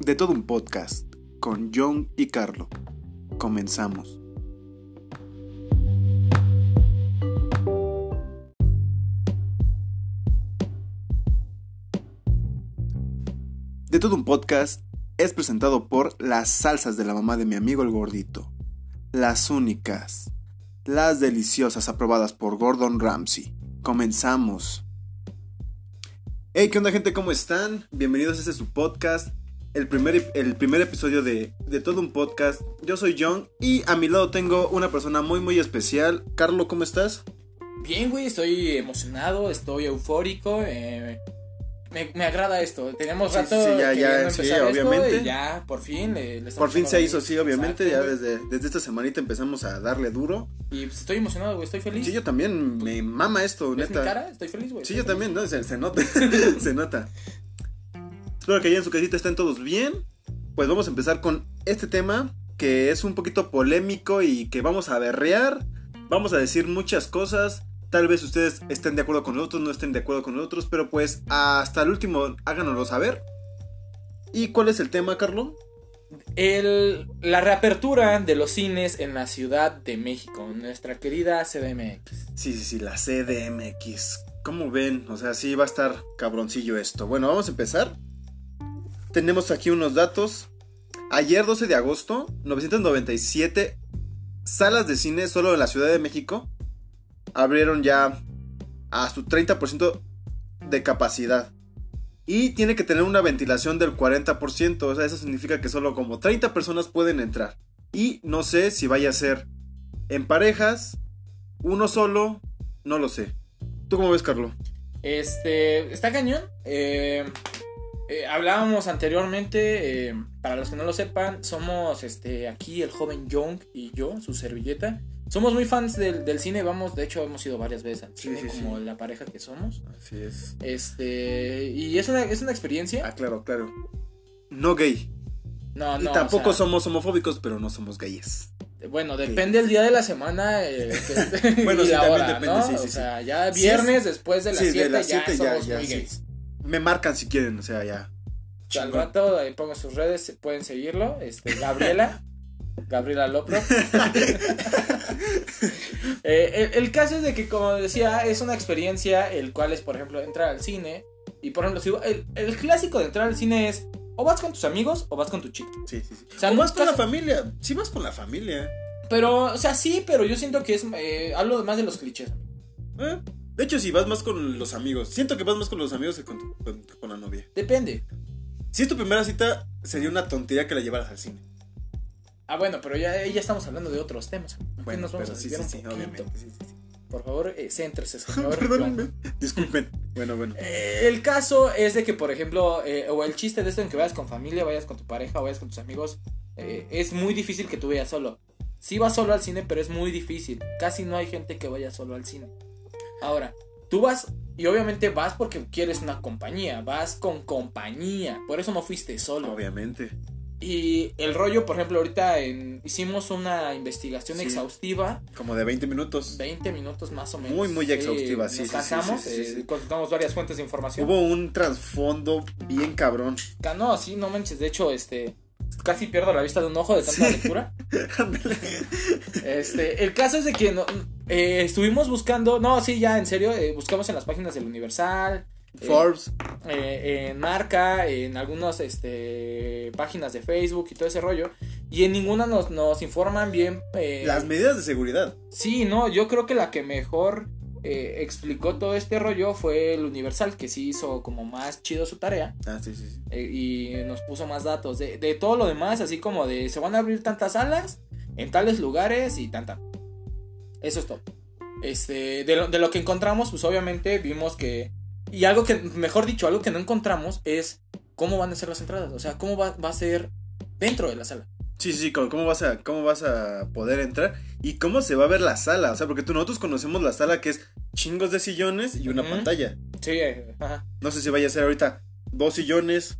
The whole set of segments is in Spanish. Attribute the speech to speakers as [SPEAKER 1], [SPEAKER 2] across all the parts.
[SPEAKER 1] De todo un podcast con John y Carlo. Comenzamos. De todo un podcast es presentado por las salsas de la mamá de mi amigo el gordito. Las únicas. Las deliciosas aprobadas por Gordon Ramsay. Comenzamos. Hey, ¿qué onda gente? ¿Cómo están? Bienvenidos a este su podcast. El primer, el primer episodio de, de todo un podcast. Yo soy John y a mi lado tengo una persona muy muy especial. Carlo, ¿cómo estás?
[SPEAKER 2] Bien, güey, estoy emocionado, estoy eufórico. eh, me, me agrada esto. Tenemos
[SPEAKER 1] Sí,
[SPEAKER 2] rato
[SPEAKER 1] sí, sí, ya, ya,
[SPEAKER 2] queriendo
[SPEAKER 1] sí,
[SPEAKER 2] empezar esto
[SPEAKER 1] obviamente.
[SPEAKER 2] y ya, por fin. eh, le- le
[SPEAKER 1] Por
[SPEAKER 2] estamos
[SPEAKER 1] fin se
[SPEAKER 2] dando-
[SPEAKER 1] hizo, sí, obviamente.
[SPEAKER 2] Exacto,
[SPEAKER 1] ya
[SPEAKER 2] güey.
[SPEAKER 1] desde, desde esta semanita empezamos a darle duro.
[SPEAKER 2] Y pues estoy emocionado, güey, estoy feliz.
[SPEAKER 1] Sí, yo también me mama esto,
[SPEAKER 2] ¿Ves mi
[SPEAKER 1] neta.
[SPEAKER 2] cara? Estoy feliz, güey.
[SPEAKER 1] Sí, yo también, ¿no? Se, se nota. se nota. Espero que allá en su casita estén todos bien. Pues vamos a empezar con este tema que es un poquito polémico y que vamos a berrear. Vamos a decir muchas cosas. Tal vez ustedes estén de acuerdo con nosotros, no estén de acuerdo con nosotros, pero pues hasta el último háganoslo saber. ¿Y cuál es el tema, Carlos?
[SPEAKER 2] El, la reapertura de los cines en la Ciudad de México, nuestra querida CDMX.
[SPEAKER 1] Sí, sí, sí, la CDMX. ¿Cómo ven? O sea, sí va a estar cabroncillo esto. Bueno, vamos a empezar. Tenemos aquí unos datos. Ayer 12 de agosto, 997 salas de cine solo en la Ciudad de México abrieron ya a su 30% de capacidad. Y tiene que tener una ventilación del 40%. O sea, eso significa que solo como 30 personas pueden entrar. Y no sé si vaya a ser en parejas, uno solo, no lo sé. ¿Tú cómo ves, Carlos?
[SPEAKER 2] Este, está cañón. Eh, eh, hablábamos anteriormente, eh, para los que no lo sepan, somos este, aquí el joven Young y yo, su servilleta. Somos muy fans del, del cine, vamos, de hecho hemos ido varias veces al
[SPEAKER 1] Sí,
[SPEAKER 2] cine,
[SPEAKER 1] sí,
[SPEAKER 2] como
[SPEAKER 1] sí.
[SPEAKER 2] la pareja que somos.
[SPEAKER 1] Así es.
[SPEAKER 2] Este, y es una, es una experiencia.
[SPEAKER 1] Ah, claro, claro. No gay.
[SPEAKER 2] No, Ah, no.
[SPEAKER 1] y
[SPEAKER 2] o
[SPEAKER 1] tampoco
[SPEAKER 2] sea,
[SPEAKER 1] somos homofóbicos, pero no somos gayes.
[SPEAKER 2] Bueno, depende el día de la semana. eh, que esté-
[SPEAKER 1] Bueno,
[SPEAKER 2] y
[SPEAKER 1] sí,
[SPEAKER 2] la
[SPEAKER 1] también
[SPEAKER 2] hora,
[SPEAKER 1] depende,
[SPEAKER 2] ¿no?
[SPEAKER 1] sí, sí,
[SPEAKER 2] O
[SPEAKER 1] sí.
[SPEAKER 2] sea, ya
[SPEAKER 1] Sí,
[SPEAKER 2] viernes después de las
[SPEAKER 1] sí, de
[SPEAKER 2] 7
[SPEAKER 1] las
[SPEAKER 2] ya
[SPEAKER 1] siete ya-
[SPEAKER 2] somos
[SPEAKER 1] ya,
[SPEAKER 2] muy
[SPEAKER 1] sí.
[SPEAKER 2] gays.
[SPEAKER 1] Me marcan si quieren, o sea, ya.
[SPEAKER 2] Al
[SPEAKER 1] Chingón.
[SPEAKER 2] rato ahí pongo sus redes, se- pueden seguirlo. Este, Gabriela. Gabriela Lopro. Eh, el, el caso es de que, como decía, es una experiencia el cual es, por ejemplo, entrar al cine. Y, por ejemplo, si- el, el clásico de entrar al cine es o vas con tus amigos o vas con tu chica.
[SPEAKER 1] Sí, sí, sí.
[SPEAKER 2] O sea,
[SPEAKER 1] O
[SPEAKER 2] no
[SPEAKER 1] vas con la
[SPEAKER 2] estás-
[SPEAKER 1] familia. Sí, vas con la familia. ¿eh?
[SPEAKER 2] Pero, o sea, sí, pero yo siento que es... eh, hablo más de los clichés.
[SPEAKER 1] Eh, De hecho, sí, vas más con los amigos. Siento que vas más con los amigos que con, tu- con- con la novia.
[SPEAKER 2] Depende.
[SPEAKER 1] Si es tu primera cita, sería una tontería que la llevaras al cine.
[SPEAKER 2] Ah, bueno, pero ya, ya estamos hablando de otros temas. Aquí
[SPEAKER 1] Bueno,
[SPEAKER 2] nos vamos
[SPEAKER 1] pero
[SPEAKER 2] a
[SPEAKER 1] sí, sí,
[SPEAKER 2] desviar un
[SPEAKER 1] sí,
[SPEAKER 2] poquito.
[SPEAKER 1] obviamente. sí, sí, sí.
[SPEAKER 2] Por favor, eh, céntrese, señor.
[SPEAKER 1] Perdónenme. Disculpen. Bueno, bueno.
[SPEAKER 2] Eh, El caso es de que, por ejemplo, eh, o el chiste de esto en que vayas con familia, vayas con tu pareja, vayas con tus amigos, eh, es muy difícil que tú vayas solo. Sí vas solo al cine, pero es muy difícil. Casi no hay gente que vaya solo al cine. Ahora, tú vas, y obviamente vas porque quieres una compañía, vas con compañía, por eso no fuiste solo.
[SPEAKER 1] Obviamente.
[SPEAKER 2] Y el rollo, por ejemplo, ahorita en- hicimos una investigación
[SPEAKER 1] Sí.
[SPEAKER 2] exhaustiva,
[SPEAKER 1] Como de 20 minutos.
[SPEAKER 2] 20 minutos más o menos.
[SPEAKER 1] Muy, muy exhaustiva, sí,
[SPEAKER 2] Nos
[SPEAKER 1] sí, sí, sí,
[SPEAKER 2] cansamos,
[SPEAKER 1] sí, sí,
[SPEAKER 2] eh,
[SPEAKER 1] sí.
[SPEAKER 2] consultamos varias fuentes de información.
[SPEAKER 1] Hubo un trasfondo bien cabrón.
[SPEAKER 2] Ah, No, sí, no manches. De hecho, este. Casi pierdo la vista de un ojo de tanta lectura. Este, el caso es de que no- eh, estuvimos buscando. No, sí, ya, en serio. eh, buscamos en las páginas del Universal,
[SPEAKER 1] Forbes.
[SPEAKER 2] eh, en Marca, en algunas este, páginas de Facebook y todo ese rollo. Y en ninguna nos, nos informan bien. eh,
[SPEAKER 1] Las medidas de seguridad.
[SPEAKER 2] Sí, no, yo creo que la que mejor eh, explicó todo este rollo fue el Universal, que sí hizo como más chido su tarea.
[SPEAKER 1] Ah, sí, sí, sí.
[SPEAKER 2] eh, y nos puso más datos de, de todo lo demás, así como de se van a abrir tantas salas en tales lugares y tanta. Eso es todo. Este, de, lo, de lo que encontramos, pues obviamente vimos que... Y algo que, mejor dicho, algo que no encontramos es cómo van a ser las entradas, o sea, cómo va, va a ser dentro de la sala.
[SPEAKER 1] Sí, sí, ¿cómo, cómo vas a, ¿cómo vas a poder entrar? ¿Y cómo se va a ver la sala? O sea, porque tú, nosotros conocemos la sala que es chingos de sillones y una
[SPEAKER 2] Ujú.
[SPEAKER 1] pantalla.
[SPEAKER 2] Sí, eh, ajá.
[SPEAKER 1] No sé si vaya a ser ahorita dos sillones,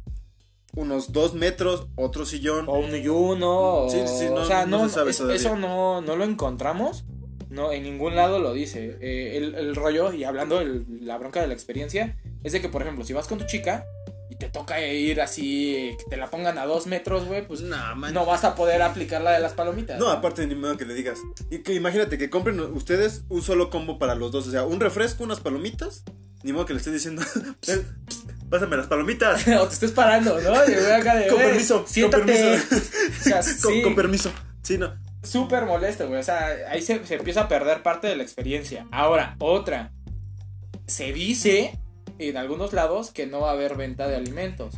[SPEAKER 1] unos dos metros, otro sillón.
[SPEAKER 2] O uno y uno. o-
[SPEAKER 1] Sí, sí, sí, no-
[SPEAKER 2] o sea,
[SPEAKER 1] no
[SPEAKER 2] no,
[SPEAKER 1] se sabe
[SPEAKER 2] es-
[SPEAKER 1] todavía.
[SPEAKER 2] eso no, no lo encontramos. No, en ningún lado lo dice. Eh, el, el rollo, y hablando de la bronca de la experiencia, es de que, por ejemplo, si vas con tu chica, y te toca ir así, que te la pongan a dos metros, güey, pues
[SPEAKER 1] no, man.
[SPEAKER 2] no vas a poder aplicar la de las palomitas.
[SPEAKER 1] No, aparte ni modo que le digas. Y que imagínate que compren ustedes un solo combo para los dos. O sea, un refresco, unas palomitas. Ni modo que le estés diciendo. "Ven, Pásame las palomitas.
[SPEAKER 2] o te estés parando, ¿no? Y voy acá de,
[SPEAKER 1] Con
[SPEAKER 2] "Güey,
[SPEAKER 1] permiso, con
[SPEAKER 2] Siéntate.
[SPEAKER 1] permiso.
[SPEAKER 2] O sea,
[SPEAKER 1] Con,
[SPEAKER 2] Ah, sí,
[SPEAKER 1] con permiso. Sí, no.
[SPEAKER 2] súper molesto, güey. O sea, ahí se, se empieza a perder parte de la experiencia. Ahora, otra. Se dice en algunos lados que no va a haber venta de alimentos.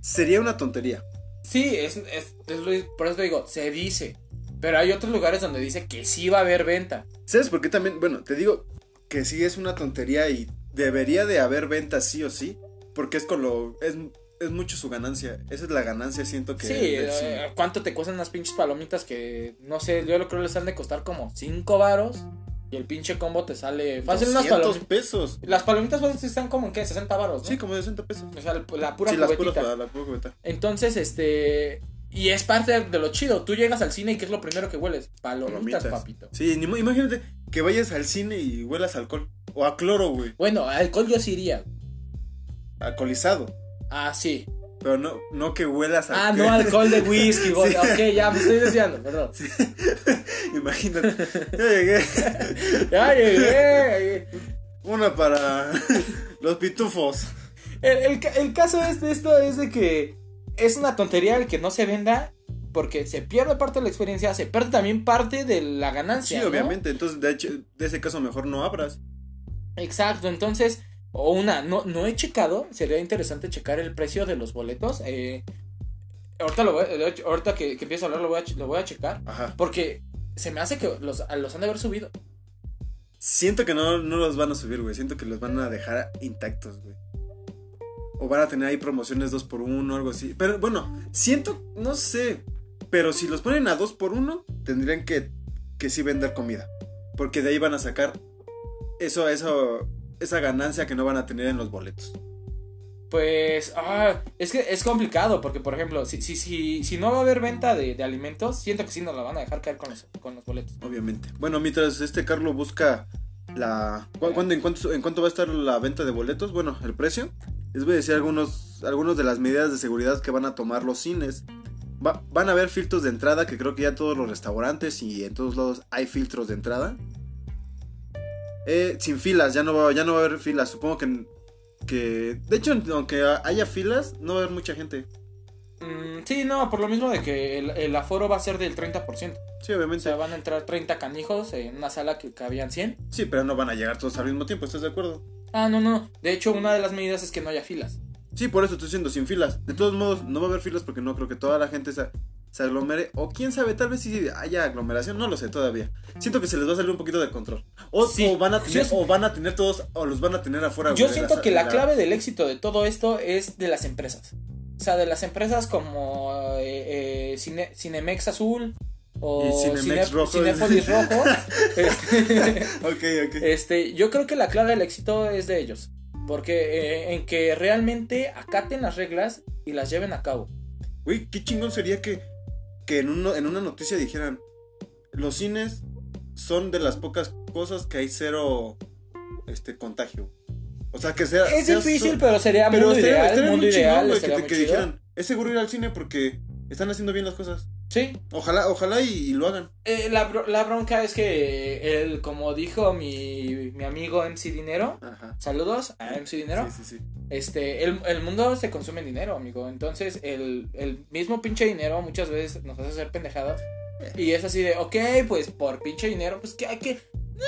[SPEAKER 1] Sería una tontería.
[SPEAKER 2] Sí, es, es- es lo- por eso te digo, se dice. Pero hay otros lugares donde dice que sí va a haber venta.
[SPEAKER 1] ¿Sabes por qué también? Bueno, te digo que sí es una tontería y debería de haber ventas sí o sí. Porque es con lo. Es, es mucho su ganancia. Esa es la ganancia, siento que.
[SPEAKER 2] Sí,
[SPEAKER 1] del
[SPEAKER 2] eh,
[SPEAKER 1] cine.
[SPEAKER 2] ¿cuánto te cuestan las pinches palomitas que, no sé, yo lo creo que les han de costar como 5 varos y el pinche combo te sale fácil unas
[SPEAKER 1] 200
[SPEAKER 2] palomitas.
[SPEAKER 1] pesos.
[SPEAKER 2] Las palomitas pues, están como en qué, 60 varos, ¿no?
[SPEAKER 1] Sí, como 60 pesos.
[SPEAKER 2] O sea, la pura
[SPEAKER 1] sí, las
[SPEAKER 2] cubetita.
[SPEAKER 1] puras para la pura cubeta.
[SPEAKER 2] Entonces, este. Y es parte de lo chido. Tú llegas al cine y ¿qué es lo primero que hueles?
[SPEAKER 1] Palomitas.
[SPEAKER 2] Palomitas, papito.
[SPEAKER 1] Sí, ni mo- imagínate que vayas al cine y huelas alcohol. O a cloro, güey.
[SPEAKER 2] Bueno, alcohol yo sí iría.
[SPEAKER 1] Alcoholizado.
[SPEAKER 2] Ah, sí.
[SPEAKER 1] Pero no, no que huelas a
[SPEAKER 2] Ah, no, alcohol de whisky. güey. Ok, ya me estoy desviando, perdón.
[SPEAKER 1] Imagínate. Yo llegué.
[SPEAKER 2] Ya llegué.
[SPEAKER 1] Una para los pitufos.
[SPEAKER 2] El, el ca- el caso es de esto es de que es una tontería el que no se venda porque se pierde parte de la experiencia, se pierde también parte de la
[SPEAKER 1] Sí,
[SPEAKER 2] ganancia. Ah, ¿no?
[SPEAKER 1] obviamente. Entonces, de hecho, de ese caso mejor no abras.
[SPEAKER 2] Exacto, entonces, o una, no, no he checado, sería interesante checar el precio de los boletos. eh, ahorita lo voy- lo- ahorita que, que empiezo a hablar lo voy a, che- lo voy a checar,
[SPEAKER 1] Ajá.
[SPEAKER 2] porque se me hace que los, a- los han de haber subido.
[SPEAKER 1] Siento que no, no los van a subir, güey. Siento que los van a dejar intactos, güey. O van a tener ahí promociones 2 por 1 algo así. Pero bueno, siento, no sé. Pero si los ponen a 2 por 1 tendrían que, que sí vender comida. Porque de ahí van a sacar eso, eso, esa ganancia que no van a tener en los boletos.
[SPEAKER 2] Pues, ah, es que es complicado, porque por ejemplo, si, si, si, si no va a haber venta de, de alimentos, siento que sí nos la van a dejar caer con los, con los boletos.
[SPEAKER 1] Obviamente. Bueno, mientras este Carlos busca la. cu- cuándo- en, cuánto, en cuánto va a estar la venta de boletos? Bueno, el precio. Les voy a decir algunos, algunos de las medidas de seguridad que van a tomar los cines. Va- van a haber filtros de entrada, que creo que ya todos los restaurantes y en todos lados hay filtros de entrada. Eh, sin filas, ya no, va, ya no va a haber filas. Supongo que, que. De hecho, aunque haya filas, no va a haber mucha gente.
[SPEAKER 2] Mm, sí, no, por lo mismo de que el, el aforo va a ser del 30%.
[SPEAKER 1] Sí,
[SPEAKER 2] O
[SPEAKER 1] obviamente.
[SPEAKER 2] sea, van a entrar 30 canijos en una sala que cabían 100.
[SPEAKER 1] Sí, pero no van a llegar todos al mismo tiempo, ¿estás de acuerdo?
[SPEAKER 2] Ah, no, no. De hecho, una de las medidas es que no haya filas.
[SPEAKER 1] Sí, por eso estoy diciendo, sin filas. De todos modos, no va a haber filas porque no creo que toda la gente se, se aglomere. O quién sabe, tal vez sí haya aglomeración, no lo sé todavía. Siento que se les va a salir un poquito de control. O,
[SPEAKER 2] Sí.
[SPEAKER 1] o van, a tener,
[SPEAKER 2] Yo-
[SPEAKER 1] o van a tener todos, o los van a tener afuera.
[SPEAKER 2] Yo
[SPEAKER 1] güey, de
[SPEAKER 2] siento
[SPEAKER 1] sa-
[SPEAKER 2] que
[SPEAKER 1] de
[SPEAKER 2] la clave del éxito de todo esto es de las empresas. O sea, de las empresas como eh, eh, Cine- Cinemex Azul o
[SPEAKER 1] Y Cinemex Rojo.
[SPEAKER 2] Cinépolis Rojo. este,
[SPEAKER 1] Ok, ok.
[SPEAKER 2] este, yo creo que la clave del éxito es de ellos. Porque eh, en que realmente acaten las reglas y las lleven a cabo.
[SPEAKER 1] Güey, qué chingón sería que, que en, uno, en una noticia dijeran: Los cines son de las pocas cosas que hay cero este, contagio. O sea, que sea.
[SPEAKER 2] Es
[SPEAKER 1] sea
[SPEAKER 2] difícil,
[SPEAKER 1] so-
[SPEAKER 2] pero sería
[SPEAKER 1] Ah, Pero
[SPEAKER 2] mundo
[SPEAKER 1] estaría,
[SPEAKER 2] ideal.
[SPEAKER 1] estaría
[SPEAKER 2] mundo
[SPEAKER 1] muy chingón,
[SPEAKER 2] ideal,
[SPEAKER 1] güey, que,
[SPEAKER 2] estaría
[SPEAKER 1] te-
[SPEAKER 2] muy
[SPEAKER 1] que
[SPEAKER 2] chido.
[SPEAKER 1] dijeran, es seguro ir al cine porque están haciendo bien las cosas.
[SPEAKER 2] Sí,
[SPEAKER 1] Ojalá, ojalá y, y lo hagan.
[SPEAKER 2] Eh, la, bro- la bronca es que él, como dijo mi, mi amigo MC Dinero,
[SPEAKER 1] Ajá.
[SPEAKER 2] saludos a MC Dinero,
[SPEAKER 1] Sí, sí, sí.
[SPEAKER 2] este, el, el mundo se consume en dinero, amigo. Entonces, el, el mismo pinche dinero muchas veces nos hace hacer pendejadas.
[SPEAKER 1] Eh.
[SPEAKER 2] Y es así de, ok, pues por pinche dinero, pues que hay que...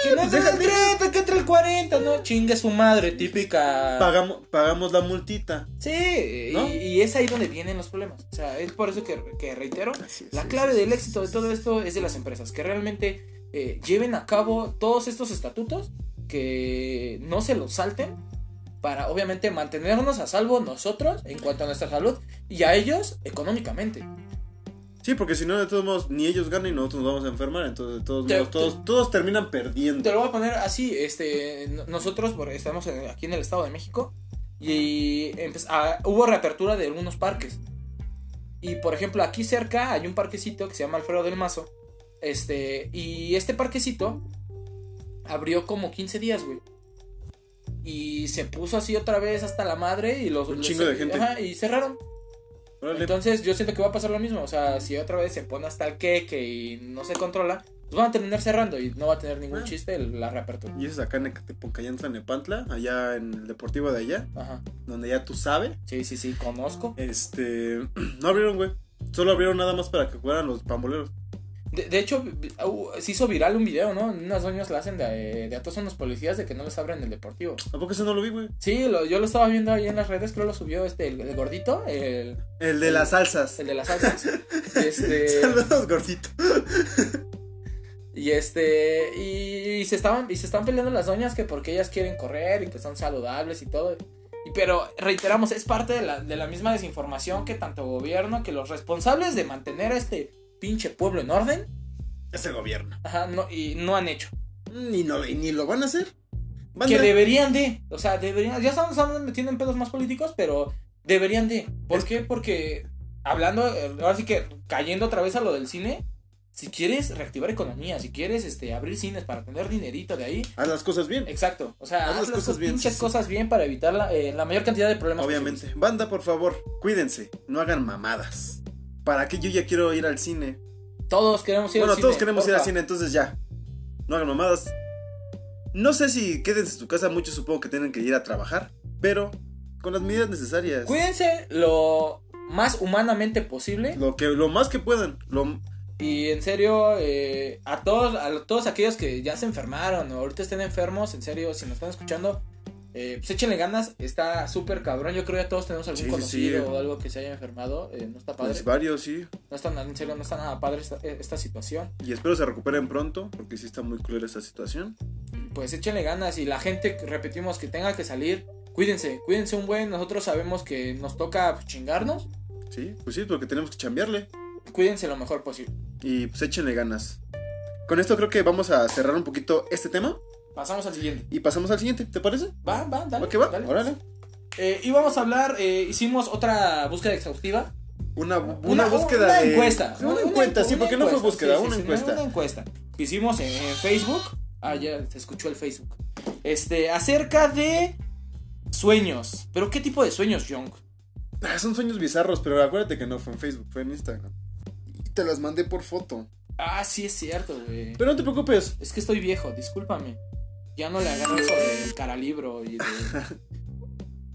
[SPEAKER 2] Que no
[SPEAKER 1] pues
[SPEAKER 2] entre
[SPEAKER 1] deja-
[SPEAKER 2] el
[SPEAKER 1] deja-
[SPEAKER 2] 30, que entre el 40, ¿no? Chingue su madre, típica...
[SPEAKER 1] Pagamos, pagamos la multita.
[SPEAKER 2] Sí,
[SPEAKER 1] ¿No?
[SPEAKER 2] y, y es ahí donde vienen los problemas. O sea, es por eso que, que reitero,
[SPEAKER 1] Así es,
[SPEAKER 2] la
[SPEAKER 1] sí,
[SPEAKER 2] clave
[SPEAKER 1] sí,
[SPEAKER 2] del
[SPEAKER 1] sí,
[SPEAKER 2] éxito
[SPEAKER 1] sí,
[SPEAKER 2] de todo esto es de las empresas, que realmente eh, lleven a cabo todos estos estatutos, que no se los salten, para obviamente mantenernos a salvo nosotros en cuanto a nuestra salud y a ellos económicamente.
[SPEAKER 1] Sí, porque si no, de todos modos, ni ellos ganan y nosotros nos vamos a enfermar. Entonces, de todos
[SPEAKER 2] Te-
[SPEAKER 1] modos, todos, todos terminan
[SPEAKER 2] Te
[SPEAKER 1] perdiendo.
[SPEAKER 2] lo voy a poner así, este, no- nosotros porque estamos en- aquí en el Estado de México y empe- ah, hubo reapertura de algunos parques. Y por ejemplo, aquí cerca hay un parquecito que se llama Alfredo del Mazo. Este, y este parquecito abrió como 15 días, güey. Y se puso así otra vez hasta la madre y los...
[SPEAKER 1] Un
[SPEAKER 2] los-
[SPEAKER 1] chingo de gente.
[SPEAKER 2] ajá, y cerraron.
[SPEAKER 1] Órale.
[SPEAKER 2] Entonces yo siento que va a pasar lo mismo. O sea, si otra vez se pone hasta el queque y no se controla, pues van a terminar cerrando y no va a tener ningún
[SPEAKER 1] Ah.
[SPEAKER 2] chiste el- la reapertura.
[SPEAKER 1] y eso es acá en Ecatepec, allá en Tlanepantla, allá en el deportivo de allá,
[SPEAKER 2] Ajá.
[SPEAKER 1] donde ya tú sabes.
[SPEAKER 2] Sí, sí, sí, conozco.
[SPEAKER 1] Este, no abrieron, güey. Solo abrieron nada más para que jugaran los pamboleros.
[SPEAKER 2] De, de hecho, vi- uh, se hizo viral un video, ¿no? Unas doñas la hacen de, de atos a unos policías de que no les abren el deportivo.
[SPEAKER 1] ¿A poco eso no lo vi, güey?
[SPEAKER 2] Sí, lo- yo lo estaba viendo ahí en las redes, creo lo subió este, el, el gordito, el,
[SPEAKER 1] El de las salsas.
[SPEAKER 2] el de las salsas. Este,
[SPEAKER 1] Saludos, Gorcito.
[SPEAKER 2] y este, y, se estaban, y se están peleando las doñas que porque ellas quieren correr y que son saludables y todo. Y, pero reiteramos, es parte de la, de la misma desinformación que tanto gobierno, que los responsables de mantener a este pinche pueblo en orden,
[SPEAKER 1] Ese gobierno.
[SPEAKER 2] ajá, no, y no han hecho.
[SPEAKER 1] Ni, no, ni lo van a hacer. Van
[SPEAKER 2] Que
[SPEAKER 1] a-
[SPEAKER 2] deberían de, o sea, deberían, ya estamos, estamos metiendo en pedos más políticos, pero deberían de. ¿Por qué? Porque hablando, eh, ahora sí que cayendo otra vez a lo del cine, si quieres reactivar economía, si quieres este, abrir cines para tener dinerito de ahí,
[SPEAKER 1] Haz las cosas bien.
[SPEAKER 2] exacto, o sea, haz, las cosas bien,
[SPEAKER 1] sí,
[SPEAKER 2] pinches
[SPEAKER 1] sí.
[SPEAKER 2] cosas bien para evitar la, eh, la mayor cantidad de problemas.
[SPEAKER 1] Obviamente.
[SPEAKER 2] posibles.
[SPEAKER 1] Banda, por favor, cuídense. No hagan mamadas. ¿Para qué yo ya quiero ir al cine?
[SPEAKER 2] Todos queremos ir
[SPEAKER 1] bueno,
[SPEAKER 2] al cine.
[SPEAKER 1] todos queremos ir al
[SPEAKER 2] porfa.
[SPEAKER 1] cine, entonces ya. No hagan mamadas. No sé si quédense en su casa, muchos supongo que tienen que ir a trabajar, pero con las medidas necesarias.
[SPEAKER 2] Cuídense lo más humanamente posible.
[SPEAKER 1] Lo, que, lo más que puedan. Lo,
[SPEAKER 2] Y en serio, eh, a todos a lo- todos aquellos que ya se enfermaron o ahorita estén enfermos, en serio, si nos están escuchando, eh, pues échenle ganas, está súper cabrón. Yo creo que ya todos tenemos algún
[SPEAKER 1] Sí, sí,
[SPEAKER 2] conocido
[SPEAKER 1] sí.
[SPEAKER 2] o algo que se haya enfermado. eh, no está padre.
[SPEAKER 1] pues, varios, sí.
[SPEAKER 2] No está, nada- en serio, no está nada padre esta, eh, esta situación.
[SPEAKER 1] Y espero se recuperen pronto, porque sí está muy cruel esta situación.
[SPEAKER 2] Pues échenle ganas y la gente, repetimos, que tenga que salir, cuídense, cuídense un buen. Nosotros sabemos que nos toca pues, chingarnos.
[SPEAKER 1] Sí, pues sí, porque tenemos que chambearle.
[SPEAKER 2] Cuídense lo mejor posible.
[SPEAKER 1] Y pues échenle ganas. Con esto creo que vamos a cerrar un poquito este tema
[SPEAKER 2] Pasamos al siguiente.
[SPEAKER 1] y pasamos al siguiente, ¿te parece?
[SPEAKER 2] Va, va, dale.
[SPEAKER 1] ¿Va que va?
[SPEAKER 2] dale.
[SPEAKER 1] Órale.
[SPEAKER 2] Eh, íbamos a hablar, eh, hicimos otra búsqueda exhaustiva.
[SPEAKER 1] Una, bu- una
[SPEAKER 2] una,
[SPEAKER 1] búsqueda
[SPEAKER 2] una
[SPEAKER 1] de...
[SPEAKER 2] encuesta.
[SPEAKER 1] Una, encuesta, sí,
[SPEAKER 2] una
[SPEAKER 1] porque no
[SPEAKER 2] encuesta,
[SPEAKER 1] fue búsqueda,
[SPEAKER 2] sí, sí,
[SPEAKER 1] una
[SPEAKER 2] sí,
[SPEAKER 1] encuesta.
[SPEAKER 2] Una encuesta que hicimos en, en Facebook. Ah, ya se escuchó el Facebook. Este, acerca de sueños. Pero ¿qué tipo de sueños, Young?
[SPEAKER 1] Ah, son sueños bizarros, pero acuérdate que no fue en Facebook, fue en Instagram. Y te las mandé por foto.
[SPEAKER 2] Ah, sí es cierto, güey.
[SPEAKER 1] Pero no te preocupes.
[SPEAKER 2] Es que estoy viejo, discúlpame. Ya no le agarro eso del caralibro y de...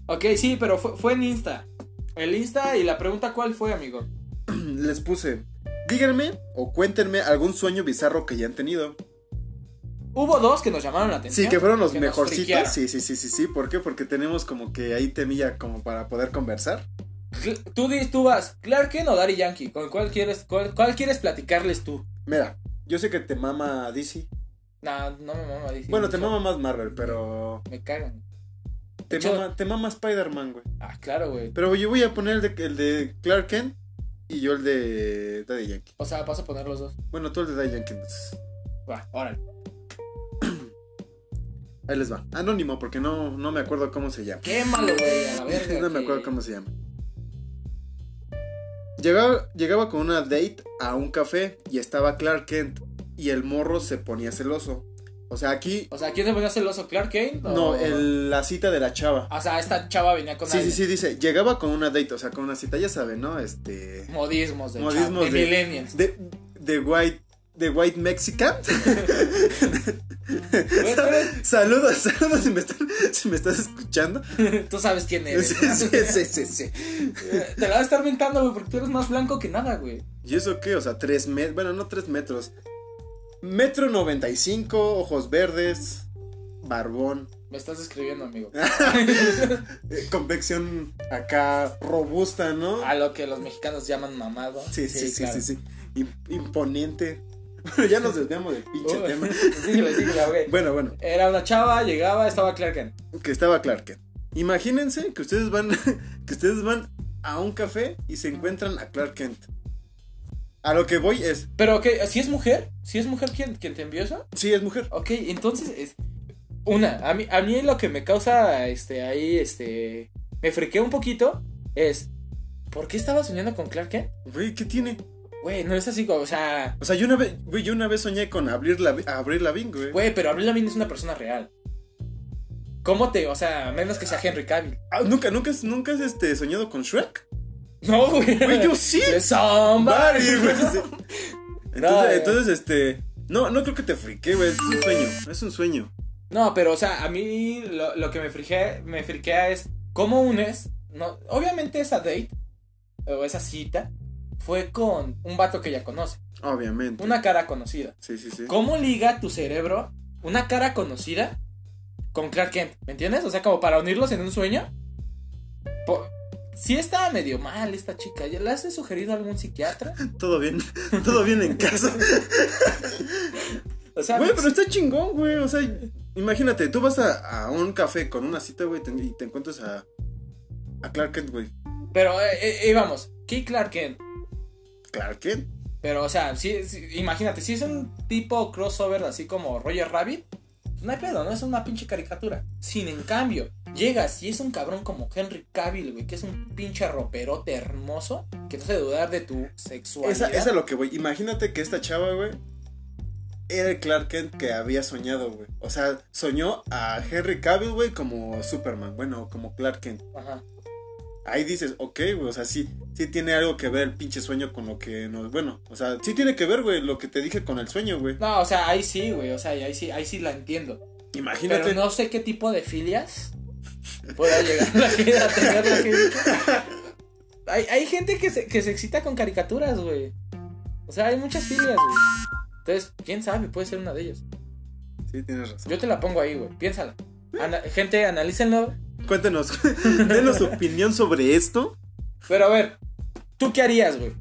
[SPEAKER 2] Ok, sí, pero fue, fue en Insta. El Insta y la pregunta cuál fue, amigo.
[SPEAKER 1] Les puse, díganme o cuéntenme algún sueño bizarro que ya han tenido.
[SPEAKER 2] Hubo dos que nos llamaron la atención.
[SPEAKER 1] Sí, que fueron los
[SPEAKER 2] que nos friquearon.
[SPEAKER 1] mejorcitos. Sí, sí, sí, sí, sí. ¿Por qué? Porque tenemos como que ahí temilla como para poder conversar.
[SPEAKER 2] Cl- Tú, di- tú vas, Clark Kent o Daddy Yankee, ¿con cuál quieres, cuál, cuál quieres platicarles tú?
[SPEAKER 1] Mira, yo sé que te mama DC.
[SPEAKER 2] Nah, no me mama DC.
[SPEAKER 1] bueno, te
[SPEAKER 2] mucho.
[SPEAKER 1] mama más Marvel, pero
[SPEAKER 2] Me cagan.
[SPEAKER 1] te
[SPEAKER 2] Yo-
[SPEAKER 1] mama, te mama Spider-Man, güey.
[SPEAKER 2] Ah, claro, güey.
[SPEAKER 1] Pero yo voy a poner el de, el de Clark Kent y yo el de Daddy Yankee.
[SPEAKER 2] O sea, vas a poner los dos.
[SPEAKER 1] Bueno, tú el de Daddy Yankee pues, entonces.
[SPEAKER 2] Va, órale.
[SPEAKER 1] Ahí les va. Anónimo, porque no, no me acuerdo cómo se llama.
[SPEAKER 2] Quémalo, güey, a la verga.
[SPEAKER 1] no me
[SPEAKER 2] que-
[SPEAKER 1] acuerdo cómo se llama. Llegaba, llegaba con una date a un café y estaba Clark Kent y el morro se ponía celoso. O sea, aquí...
[SPEAKER 2] O sea, ¿quién se ponía celoso, Clark Kent? o-
[SPEAKER 1] No, el- la cita de la chava.
[SPEAKER 2] O sea, esta chava venía con
[SPEAKER 1] Sí, sí,
[SPEAKER 2] alguien.
[SPEAKER 1] sí, dice, llegaba con una date, o sea, con una cita, ya saben, ¿no? Este...
[SPEAKER 2] Modismos de,
[SPEAKER 1] Modismos
[SPEAKER 2] chav- de,
[SPEAKER 1] de-
[SPEAKER 2] millennials.
[SPEAKER 1] De, de white... De white mexican.
[SPEAKER 2] Güey, tú eres-
[SPEAKER 1] saludos, saludos si me, están- si me estás escuchando.
[SPEAKER 2] tú sabes quién
[SPEAKER 1] Sí,
[SPEAKER 2] eres.
[SPEAKER 1] sí, sí, sí, sí.
[SPEAKER 2] Eh, Te la vas a estar mentando, güey, porque tú eres más blanco que nada, güey.
[SPEAKER 1] ¿Y eso qué? O sea, tres metros. Bueno, no tres metros. Metro 95, ojos verdes, barbón,
[SPEAKER 2] Me estás escribiendo, amigo.
[SPEAKER 1] eh, complexión acá robusta, ¿no?
[SPEAKER 2] A lo que los mexicanos llaman mamado.
[SPEAKER 1] Sí, sí, sí,
[SPEAKER 2] Ah, claro.
[SPEAKER 1] sí, sí. Im- Imponente. Pero ya nos desviamos del pinche
[SPEAKER 2] Uy,
[SPEAKER 1] tema.
[SPEAKER 2] síguele, síguele, güey.
[SPEAKER 1] Bueno, bueno,
[SPEAKER 2] Era una chava, llegaba, estaba Clark Kent.
[SPEAKER 1] que estaba Clark. Kent. Imagínense que ustedes van que ustedes van a un café y se encuentran a Clark Kent. A lo que voy es,
[SPEAKER 2] Pero que, si es mujer, si es mujer quien, quien te envió eso.
[SPEAKER 1] sí es mujer.
[SPEAKER 2] Ok, entonces es. Una, a mí, a mí lo que me causa este ahí, este. Me frequé un poquito. Es. ¿Por qué estaba soñando con Clark Kent?
[SPEAKER 1] Güey, ¿qué tiene?
[SPEAKER 2] Güey, no es así, como, o sea.
[SPEAKER 1] O sea, yo una vez, güey, yo una vez soñé con abrir la, abrir la bingo, güey.
[SPEAKER 2] Güey, pero Avril Lavigne es una persona real. ¿Cómo te.? O sea, a menos que sea Henry Cavill.
[SPEAKER 1] Ah, nunca, nunca, has- nunca has este, soñado con Shrek.
[SPEAKER 2] No, güey.
[SPEAKER 1] Güey, yo sí.
[SPEAKER 2] De somebody.
[SPEAKER 1] Barbie, güey, sí. Entonces,
[SPEAKER 2] No, güey.
[SPEAKER 1] entonces, este. No, no creo que te friqué, güey. Es un sueño. Es un sueño.
[SPEAKER 2] No, pero, o sea, a mí lo, lo que me friquea, me friquea es cómo unes. No, obviamente, esa date o esa cita fue con un vato que ya conoce.
[SPEAKER 1] Obviamente.
[SPEAKER 2] Una cara conocida.
[SPEAKER 1] Sí, sí, sí.
[SPEAKER 2] ¿Cómo liga tu cerebro una cara conocida con Clark Kent? ¿Me entiendes? O sea, como para unirlos en un sueño. Po- sí está medio mal esta chica. ¿Ya ¿La has sugerido a algún psiquiatra?
[SPEAKER 1] Todo bien. Todo bien en casa.
[SPEAKER 2] O sea,
[SPEAKER 1] Güey, pero está chingón, güey. O sea, imagínate, tú vas a, a un café con una cita, güey, te- y te encuentras a. A Clark Kent, güey.
[SPEAKER 2] pero eh, eh, eh, vamos, ¿qué Clark Kent?
[SPEAKER 1] Clark Kent.
[SPEAKER 2] Pero, o sea, sí, sí, imagínate, si es un tipo crossover así como Roger Rabbit, no hay pedo, no es una pinche caricatura. Sin en cambio, llegas y es un cabrón como Henry Cavill, güey, que es un pinche roperote hermoso, que no hace dudar de tu sexualidad.
[SPEAKER 1] Esa, esa es lo que, güey. Imagínate que esta chava, güey. Era el Clark Kent que había soñado, güey. O sea, soñó a Henry Cavill, güey, como Superman. Bueno, como Clark Kent.
[SPEAKER 2] Ajá.
[SPEAKER 1] Ahí dices, ok, güey. O sea, sí, sí tiene algo que ver el pinche sueño con lo que nos. Bueno, o sea, sí tiene que ver, güey, lo que te dije con el sueño, güey.
[SPEAKER 2] No, o sea, ahí sí, güey, o sea, ahí sí, ahí sí la entiendo.
[SPEAKER 1] Imagínate.
[SPEAKER 2] Pero no sé qué tipo de filias pueda llegar la gente a tener la gente. Hay, hay gente que se, que se excita con caricaturas, güey. O sea, hay muchas filias, güey. Entonces, quién sabe, puede ser una de ellas.
[SPEAKER 1] Sí, tienes razón.
[SPEAKER 2] Yo te la pongo ahí, güey. Piénsala. Ana- gente, analícenlo.
[SPEAKER 1] Cuéntenos, denos su opinión sobre esto.
[SPEAKER 2] Pero a ver, ¿tú qué harías, güey?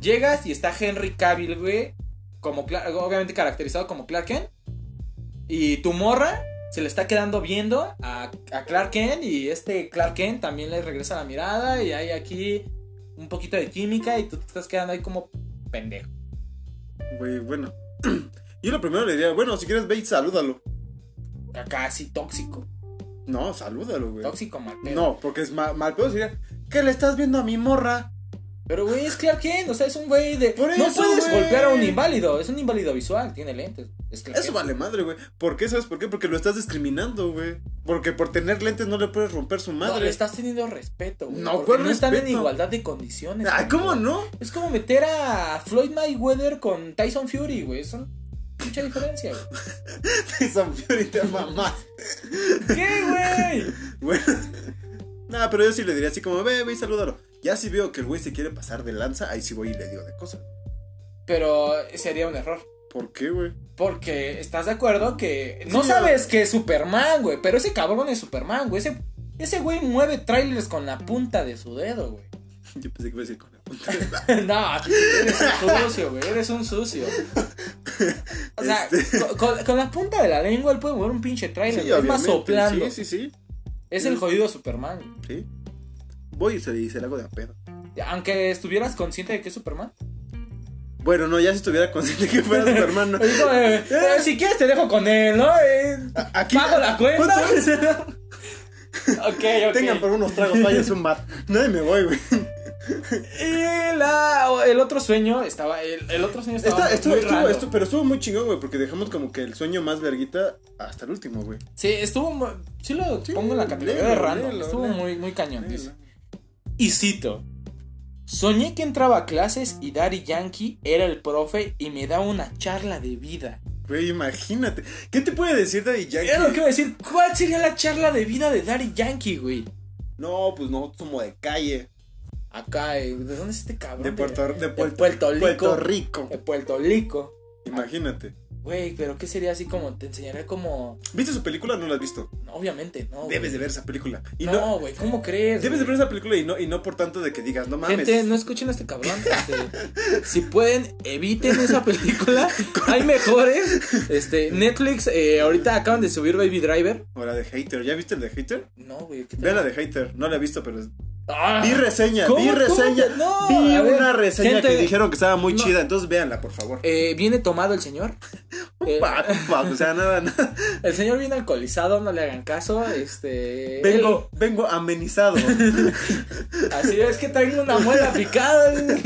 [SPEAKER 2] Llegas y está Henry Cavill, güey. Como Cla- obviamente caracterizado como Clark Kent. Y tu morra se le está quedando viendo a, a Clark Kent. Y este Clark Kent también le regresa la mirada. Y hay aquí un poquito de química. Y tú te estás quedando ahí como pendejo.
[SPEAKER 1] Güey, bueno. Yo lo primero le diría, bueno, si quieres ve y salúdalo.
[SPEAKER 2] Casi tóxico.
[SPEAKER 1] No, salúdalo, güey.
[SPEAKER 2] Tóxico, mal pedo.
[SPEAKER 1] No, porque es mal, mal pedo sería, ¿qué le estás viendo a mi morra?
[SPEAKER 2] Pero, güey, es Clark Kent. O sea, es un güey de.
[SPEAKER 1] Por
[SPEAKER 2] no
[SPEAKER 1] eso,
[SPEAKER 2] puedes
[SPEAKER 1] güey.
[SPEAKER 2] golpear a un inválido. Es un inválido visual. Tiene lentes. Es Clark
[SPEAKER 1] Eso
[SPEAKER 2] Kent.
[SPEAKER 1] vale madre, güey. ¿Por qué? ¿Sabes por qué? Porque lo estás discriminando, güey. Porque por tener lentes no le puedes romper su
[SPEAKER 2] No, le
[SPEAKER 1] madre.
[SPEAKER 2] estás teniendo respeto, güey.
[SPEAKER 1] No,
[SPEAKER 2] porque
[SPEAKER 1] ¿cuál
[SPEAKER 2] no están en
[SPEAKER 1] respeto?
[SPEAKER 2] igualdad de condiciones.
[SPEAKER 1] Ay, ¿cómo
[SPEAKER 2] güey.
[SPEAKER 1] no?
[SPEAKER 2] Es como meter a Floyd Mayweather con Tyson Fury, güey. Son mucha diferencia, güey.
[SPEAKER 1] Tyson Fury te mamás.
[SPEAKER 2] ¿Qué, güey?
[SPEAKER 1] Bueno. Nada, pero yo sí le diría así como, ve, ve y salúdalo. Ya si veo que el güey se quiere pasar de lanza, ahí sí voy y le digo de cosas.
[SPEAKER 2] Pero sería un error.
[SPEAKER 1] ¿Por qué, güey?
[SPEAKER 2] Porque estás de acuerdo que no
[SPEAKER 1] Sí,
[SPEAKER 2] sabes
[SPEAKER 1] güey.
[SPEAKER 2] que es Superman, güey. Pero ese cabrón es Superman, güey. Ese, ese güey mueve trailers con la punta de su dedo, güey.
[SPEAKER 1] Yo pensé que iba a decir con la punta.
[SPEAKER 2] No, eres un sucio, güey. Eres un sucio. O sea,
[SPEAKER 1] Este-
[SPEAKER 2] co- con, con la punta de la lengua él puede mover un pinche trailer. güey. es más soplando.
[SPEAKER 1] Sí, sí, sí.
[SPEAKER 2] Es el jodido Superman. güey.
[SPEAKER 1] Sí. Voy y se, y se la hago de a pedo.
[SPEAKER 2] Aunque estuvieras consciente de que es Superman.
[SPEAKER 1] Bueno, no, ya si estuviera consciente que fuera tu hermano.
[SPEAKER 2] Así como, eh, eh, si quieres te dejo con él, ¿no? Eh,
[SPEAKER 1] Aquí.
[SPEAKER 2] pago la cuenta.
[SPEAKER 1] ¿Cuánto es?
[SPEAKER 2] ok, ok.
[SPEAKER 1] Tengan por unos tragos, vayan a un bar. No, y me voy, güey.
[SPEAKER 2] Y la- el otro sueño estaba. El, el otro sueño estaba.
[SPEAKER 1] Está-
[SPEAKER 2] muy
[SPEAKER 1] estuvo- estuvo-
[SPEAKER 2] raro.
[SPEAKER 1] estuvo- pero estuvo muy chingón, güey, porque dejamos como que el sueño más verguita hasta el último, güey.
[SPEAKER 2] Sí, estuvo. mu- Sí lo
[SPEAKER 1] Sí,
[SPEAKER 2] pongo en la categoría de
[SPEAKER 1] léelo,
[SPEAKER 2] random.
[SPEAKER 1] léelo,
[SPEAKER 2] estuvo
[SPEAKER 1] léelo.
[SPEAKER 2] muy, muy cañón. dice. Y cito. Soñé que entraba a clases y Daddy Yankee era el profe y me daba una charla de vida.
[SPEAKER 1] Güey, imagínate. ¿Qué te puede decir Daddy Yankee?
[SPEAKER 2] Era lo que iba a decir. ¿Cuál sería la charla de vida de Daddy Yankee, güey?
[SPEAKER 1] No, pues no, somos de calle.
[SPEAKER 2] Acá, eh, ¿de dónde es este cabrón?
[SPEAKER 1] De Puerto, de
[SPEAKER 2] de
[SPEAKER 1] Puerto,
[SPEAKER 2] Puerto Rico.
[SPEAKER 1] Puerto Rico.
[SPEAKER 2] De Puerto Rico.
[SPEAKER 1] Imagínate.
[SPEAKER 2] Güey, pero ¿qué sería así como? Te enseñaré como.
[SPEAKER 1] ¿Viste su película o no la has visto?
[SPEAKER 2] no, Obviamente, no. güey.
[SPEAKER 1] Debes de ver esa película. Y no,
[SPEAKER 2] No, güey, ¿cómo crees?
[SPEAKER 1] Debes de
[SPEAKER 2] güey?
[SPEAKER 1] ver esa película y no, y no por tanto de que digas, no mames.
[SPEAKER 2] Gente, no escuchen a este cabrón. este, si pueden, eviten esa película. Hay mejores. Este, Netflix, eh, ahorita acaban de subir Baby Driver.
[SPEAKER 1] O la de Hater. ¿Ya viste el de Hater?
[SPEAKER 2] No, güey, ¿qué tal?
[SPEAKER 1] Ve la de Hater. No la he visto, pero.
[SPEAKER 2] Ah,
[SPEAKER 1] Vi reseña,
[SPEAKER 2] ¿Cómo?
[SPEAKER 1] vi
[SPEAKER 2] ¿Cómo
[SPEAKER 1] reseña.
[SPEAKER 2] te- no?
[SPEAKER 1] vi
[SPEAKER 2] A ver,
[SPEAKER 1] una reseña que
[SPEAKER 2] gente,
[SPEAKER 1] dijeron que estaba muy
[SPEAKER 2] no.
[SPEAKER 1] chida. Entonces véanla, por favor.
[SPEAKER 2] eh, viene tomado el señor. Eh,
[SPEAKER 1] Pa, pa, o sea, nada, nada.
[SPEAKER 2] el señor viene alcoholizado, no le hagan caso. Este.
[SPEAKER 1] Vengo, vengo amenizado.
[SPEAKER 2] él- así es que traigo una muela picada.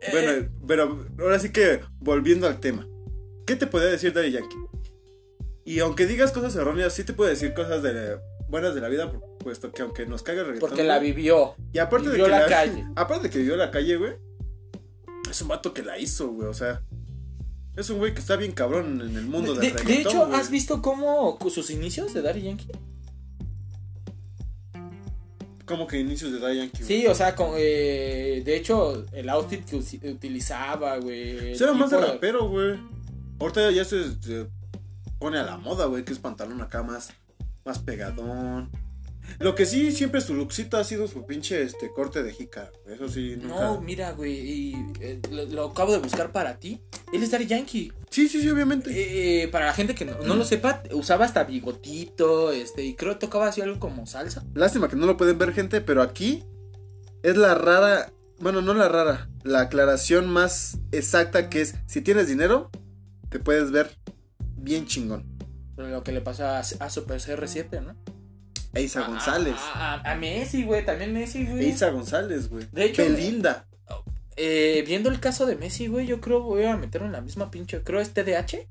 [SPEAKER 2] Eh,
[SPEAKER 1] bueno, pero ahora sí que volviendo al tema. ¿Qué te podía decir Daddy Yankee? Y aunque digas cosas erróneas, sí te puedo decir cosas de, buenas de la vida, puesto que aunque nos caiga el reggaetón.
[SPEAKER 2] Porque la
[SPEAKER 1] güey,
[SPEAKER 2] vivió.
[SPEAKER 1] Y aparte
[SPEAKER 2] vivió
[SPEAKER 1] de que
[SPEAKER 2] la calle.
[SPEAKER 1] Aparte de que vivió la calle, güey. Es un vato que la hizo, güey. O sea, es un güey que está bien cabrón en el mundo
[SPEAKER 2] De,
[SPEAKER 1] del
[SPEAKER 2] de
[SPEAKER 1] reggaetón.
[SPEAKER 2] hecho,
[SPEAKER 1] güey.
[SPEAKER 2] ¿has visto cómo sus inicios de Daddy Yankee?
[SPEAKER 1] Como que inicios de Daddy Yankee, güey.
[SPEAKER 2] Sí, o sea, con, eh, de hecho, el outfit que usi- utilizaba, güey.
[SPEAKER 1] Pues
[SPEAKER 2] el
[SPEAKER 1] era más de
[SPEAKER 2] tipo
[SPEAKER 1] rapero, güey. Ahorita ya se, se pone a la moda, güey, que es pantalón acá más, más pegadón. Lo que sí, siempre su luxita ha sido su pinche este, corte de jica. güey. Eso sí, nunca.
[SPEAKER 2] No, mira, güey, y, eh, lo, lo acabo de buscar para ti. Él es Daddy Yankee.
[SPEAKER 1] Sí, sí, sí, obviamente.
[SPEAKER 2] Eh, eh, para la gente que no, no lo sepa, usaba hasta bigotito, este, y creo que tocaba así algo como salsa.
[SPEAKER 1] Lástima que no lo pueden ver, gente, pero aquí es la rara. Bueno, no la rara. La aclaración más exacta que es: si tienes dinero, te puedes ver bien chingón.
[SPEAKER 2] Pero lo que le pasó a, a Super CR7, ¿no?
[SPEAKER 1] Eiza
[SPEAKER 2] Ah,
[SPEAKER 1] González.
[SPEAKER 2] A, a- a Messi, güey, también Messi, güey.
[SPEAKER 1] Eiza González, güey.
[SPEAKER 2] De hecho,
[SPEAKER 1] Belinda.
[SPEAKER 2] Eh, viendo el caso de Messi, güey, yo creo voy a meterlo en la misma pinche. Creo es TDH,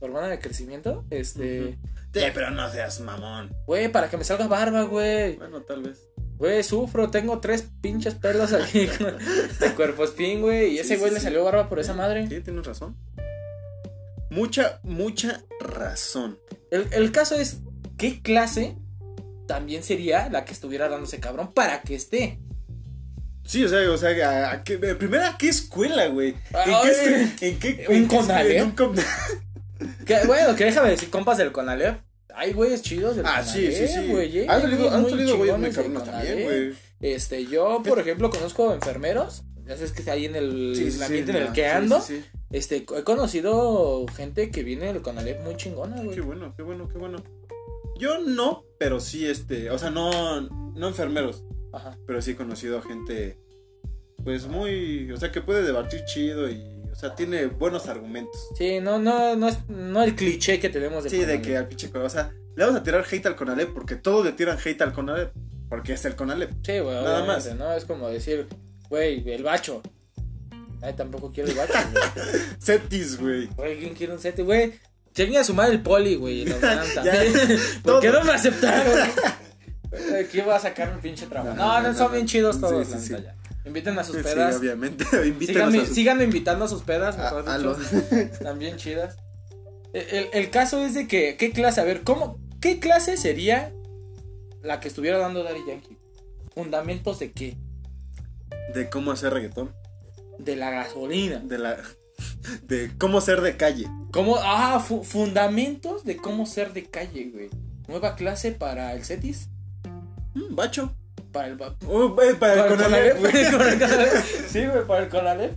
[SPEAKER 2] hormona de crecimiento. Este,
[SPEAKER 1] Sí, pero no seas mamón.
[SPEAKER 2] güey, para que me salga barba, güey.
[SPEAKER 1] Bueno, tal vez.
[SPEAKER 2] Güey, sufro, tengo tres pinches perlas aquí con- de cuerpo spin, güey. Y
[SPEAKER 1] Sí,
[SPEAKER 2] ese güey
[SPEAKER 1] sí,
[SPEAKER 2] le
[SPEAKER 1] sí.
[SPEAKER 2] salió barba por esa madre.
[SPEAKER 1] Sí, tienes razón. Mucha, mucha razón.
[SPEAKER 2] El, el caso es, ¿qué clase también sería la que estuviera dándose cabrón para que esté?
[SPEAKER 1] Sí, o sea, o sea, a, a qué- eh, primero a qué escuela, güey. ¿En
[SPEAKER 2] Ay.
[SPEAKER 1] qué escuela? ¿En qué?
[SPEAKER 2] Un
[SPEAKER 1] en qué
[SPEAKER 2] Conalep.
[SPEAKER 1] escuela? En un con-
[SPEAKER 2] Que, bueno, que déjame decir, compas del Conalep. Hay güeyes chidos del
[SPEAKER 1] Ah, sí, sí, sí.
[SPEAKER 2] Conalep, güey, eh,
[SPEAKER 1] han
[SPEAKER 2] hay
[SPEAKER 1] salido,
[SPEAKER 2] güeyes
[SPEAKER 1] han
[SPEAKER 2] muy
[SPEAKER 1] salido güeyes muy
[SPEAKER 2] chingones eh, del
[SPEAKER 1] cabrones también,
[SPEAKER 2] Conalep.
[SPEAKER 1] güey.
[SPEAKER 2] Este, yo, por ejemplo, conozco enfermeros. Ya sabes que está ahí en el
[SPEAKER 1] Sí, sí, sí,
[SPEAKER 2] ambiente en
[SPEAKER 1] ya,
[SPEAKER 2] el que
[SPEAKER 1] sí,
[SPEAKER 2] ando.
[SPEAKER 1] sí, sí.
[SPEAKER 2] Este, he conocido gente que viene del Conalep muy chingona, güey.
[SPEAKER 1] Qué bueno, qué bueno, qué bueno. Yo no, pero sí, este, o sea, no, no enfermeros,
[SPEAKER 2] Ajá.
[SPEAKER 1] pero sí he conocido a gente, pues muy, o sea, que puede debatir chido y, o sea, tiene buenos argumentos.
[SPEAKER 2] Sí, no, no, no es no el cliché que tenemos de
[SPEAKER 1] Sí, de que al pinche Conalep. O sea, le vamos a tirar hate al Conalep porque todos le tiran hate al Conalep. Porque es el Conalep.
[SPEAKER 2] Sí, güey,
[SPEAKER 1] Nada
[SPEAKER 2] nada más.
[SPEAKER 1] más.
[SPEAKER 2] ¿no? Es como decir, güey, el bacho. Ay, tampoco quiero el bacho, güey.
[SPEAKER 1] Cetis, güey.
[SPEAKER 2] Güey, ¿quién quiere un sete, güey? Tenía a sumar el poli, güey. la verdad, también. ¿Por
[SPEAKER 1] todo.
[SPEAKER 2] qué no me aceptaron? Güey, ¿Quién va a sacar un pinche trabajo? No, no, son bien chidos
[SPEAKER 1] Sí,
[SPEAKER 2] todos,
[SPEAKER 1] sí,
[SPEAKER 2] la
[SPEAKER 1] sí.
[SPEAKER 2] neta, ya. Inviten a sus
[SPEAKER 1] Sí,
[SPEAKER 2] pedas.
[SPEAKER 1] obviamente. Invítanos
[SPEAKER 2] Síganme,
[SPEAKER 1] a sus-
[SPEAKER 2] síganme invitando a sus pedas,
[SPEAKER 1] a-
[SPEAKER 2] mejor
[SPEAKER 1] a
[SPEAKER 2] dicho.
[SPEAKER 1] los-
[SPEAKER 2] Están bien chidas. E, El, el- el caso es de que, ¿qué clase? A ver, ¿cómo, ¿qué clase sería la que estuviera dando Daddy Yankee? ¿Fundamentos de qué?
[SPEAKER 1] De cómo hacer reggaetón.
[SPEAKER 2] De la gasolina.
[SPEAKER 1] De la. De cómo ser de calle.
[SPEAKER 2] ¿Cómo? Ah, fu- fundamentos de cómo ser de calle, güey. Nueva clase para el Cetis,
[SPEAKER 1] Mm, bacho.
[SPEAKER 2] para el, ba-
[SPEAKER 1] Uh, güey, para el
[SPEAKER 2] para el
[SPEAKER 1] Conalep,
[SPEAKER 2] Conalep,
[SPEAKER 1] güey.
[SPEAKER 2] güey, para el Conalep. Sí, güey, para el Conalep.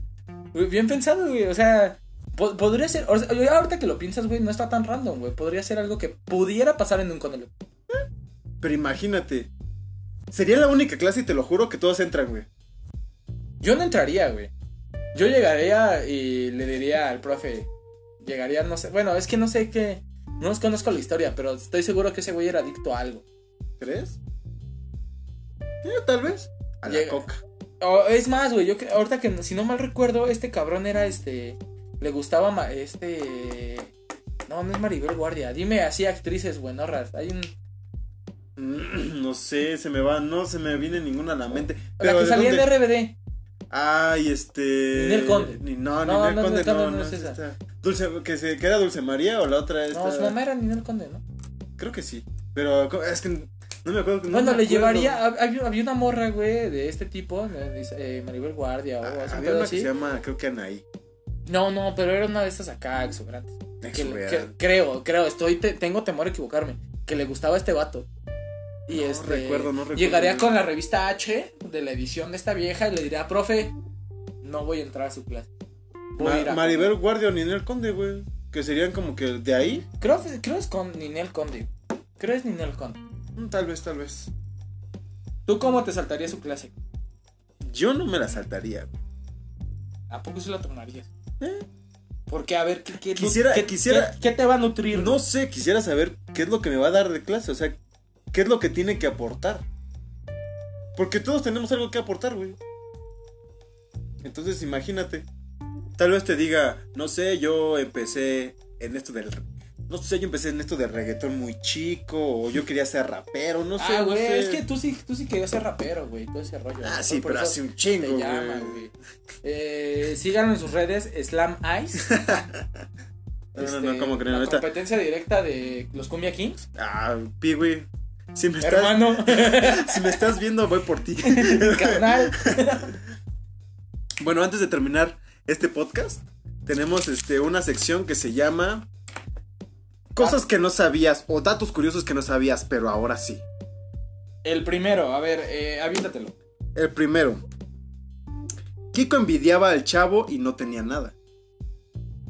[SPEAKER 2] Güey, Bien pensado, güey. O sea, po- podría ser. o sea, yo ahorita que lo piensas, güey, no está tan random, güey. Podría ser algo que pudiera pasar en un Conalep.
[SPEAKER 1] Pero imagínate. Sería la única clase y te lo juro que todos entran, güey.
[SPEAKER 2] Yo no entraría, güey. Yo llegaría y le diría al profe. Llegaría, no sé. Bueno, es que no sé qué. No os conozco la historia, pero estoy seguro que ese güey era adicto a algo.
[SPEAKER 1] ¿Crees? Eh, tal vez. A la
[SPEAKER 2] Llega-
[SPEAKER 1] coca.
[SPEAKER 2] O- es más, güey, yo que, ahorita que no- si no mal recuerdo, este cabrón era este. Le gustaba ma- este. No, no es Maribel Guardia. Dime así actrices buenorras. Hay un.
[SPEAKER 1] Mm, No sé, se me va. No se me viene ninguna a la mente.
[SPEAKER 2] la
[SPEAKER 1] Pero
[SPEAKER 2] que
[SPEAKER 1] ¿de
[SPEAKER 2] salía
[SPEAKER 1] dónde?
[SPEAKER 2] en RBD.
[SPEAKER 1] Ay, este.
[SPEAKER 2] Ninel Conde.
[SPEAKER 1] Ni, no,
[SPEAKER 2] No,
[SPEAKER 1] Ninel
[SPEAKER 2] no,
[SPEAKER 1] Conde
[SPEAKER 2] Ninel Conde
[SPEAKER 1] no,
[SPEAKER 2] no
[SPEAKER 1] no
[SPEAKER 2] es
[SPEAKER 1] es
[SPEAKER 2] esa.
[SPEAKER 1] esta. Dulce, que, se, que era Dulce María o la otra esta.
[SPEAKER 2] No, su mamá era Ninel Conde, ¿no?
[SPEAKER 1] Creo que sí. Pero co- es que no me acuerdo. no
[SPEAKER 2] bueno,
[SPEAKER 1] me acuerdo.
[SPEAKER 2] le llevaría. hab- Había, había una morra, güey, de este tipo. eh, dice, eh, Maribel Guardia o
[SPEAKER 1] Ah,
[SPEAKER 2] algo
[SPEAKER 1] había una que
[SPEAKER 2] así.
[SPEAKER 1] se llama, creo que Anaí.
[SPEAKER 2] No, no, pero era una de estas acá exuberantes. Que- que-
[SPEAKER 1] Exuberante.
[SPEAKER 2] creo, creo, estoy te- tengo temor a equivocarme. Que le gustaba este vato. Y
[SPEAKER 1] No
[SPEAKER 2] este.
[SPEAKER 1] recuerdo, no recuerdo.
[SPEAKER 2] Llegaría con la revista H de la edición de esta vieja y le diría, profe, no voy a entrar a su clase. Voy a ir
[SPEAKER 1] Ma-
[SPEAKER 2] a-
[SPEAKER 1] Maribel Guardia o Ninel Conde, güey. Que serían como que de ahí.
[SPEAKER 2] Creo, creo es con Ninel Conde. Creo es Ninel Conde.
[SPEAKER 1] Mm, Tal vez, tal vez.
[SPEAKER 2] ¿Tú cómo te saltaría su clase?
[SPEAKER 1] Yo no me la saltaría. güey.
[SPEAKER 2] ¿A poco se la tomarías?
[SPEAKER 1] ¿Eh?
[SPEAKER 2] Porque, a ver, ¿qué, qué-
[SPEAKER 1] Quisiera-
[SPEAKER 2] qué-
[SPEAKER 1] quisiera-
[SPEAKER 2] qué- qué te va a nutrir?
[SPEAKER 1] No sé, quisiera saber qué es lo que me va a dar de clase. O sea, qué es lo que tiene que aportar. Porque todos tenemos algo que aportar, güey. Entonces, imagínate. Tal vez te diga, no sé, yo empecé en esto del, No sé, yo empecé en esto de reggaetón muy chico, o yo quería ser rapero, no sé.
[SPEAKER 2] ah,
[SPEAKER 1] no
[SPEAKER 2] güey,
[SPEAKER 1] sé.
[SPEAKER 2] es que tú sí, tú sí querías ser rapero, güey, todo ese rollo.
[SPEAKER 1] Ah,
[SPEAKER 2] Por-
[SPEAKER 1] sí,
[SPEAKER 2] por
[SPEAKER 1] pero
[SPEAKER 2] eso
[SPEAKER 1] hace un
[SPEAKER 2] te
[SPEAKER 1] chingo, güey.
[SPEAKER 2] llama, güey. Eh, síganlo en sus redes, Slam Ice.
[SPEAKER 1] No, no,
[SPEAKER 2] Este,
[SPEAKER 1] no, ¿cómo creen?
[SPEAKER 2] La
[SPEAKER 1] Ahorita-
[SPEAKER 2] competencia directa de los Cumbia Kings.
[SPEAKER 1] Ah, Piwi. Si me, estás,
[SPEAKER 2] Hermano,
[SPEAKER 1] si me estás viendo, voy por ti.
[SPEAKER 2] carnal.
[SPEAKER 1] Bueno, antes de terminar este podcast, tenemos este, una sección que se llama Cosas que no sabías o datos curiosos que no sabías, pero ahora sí.
[SPEAKER 2] El primero, a ver, eh, aviéntatelo.
[SPEAKER 1] El primero. Kiko envidiaba al chavo y no tenía nada.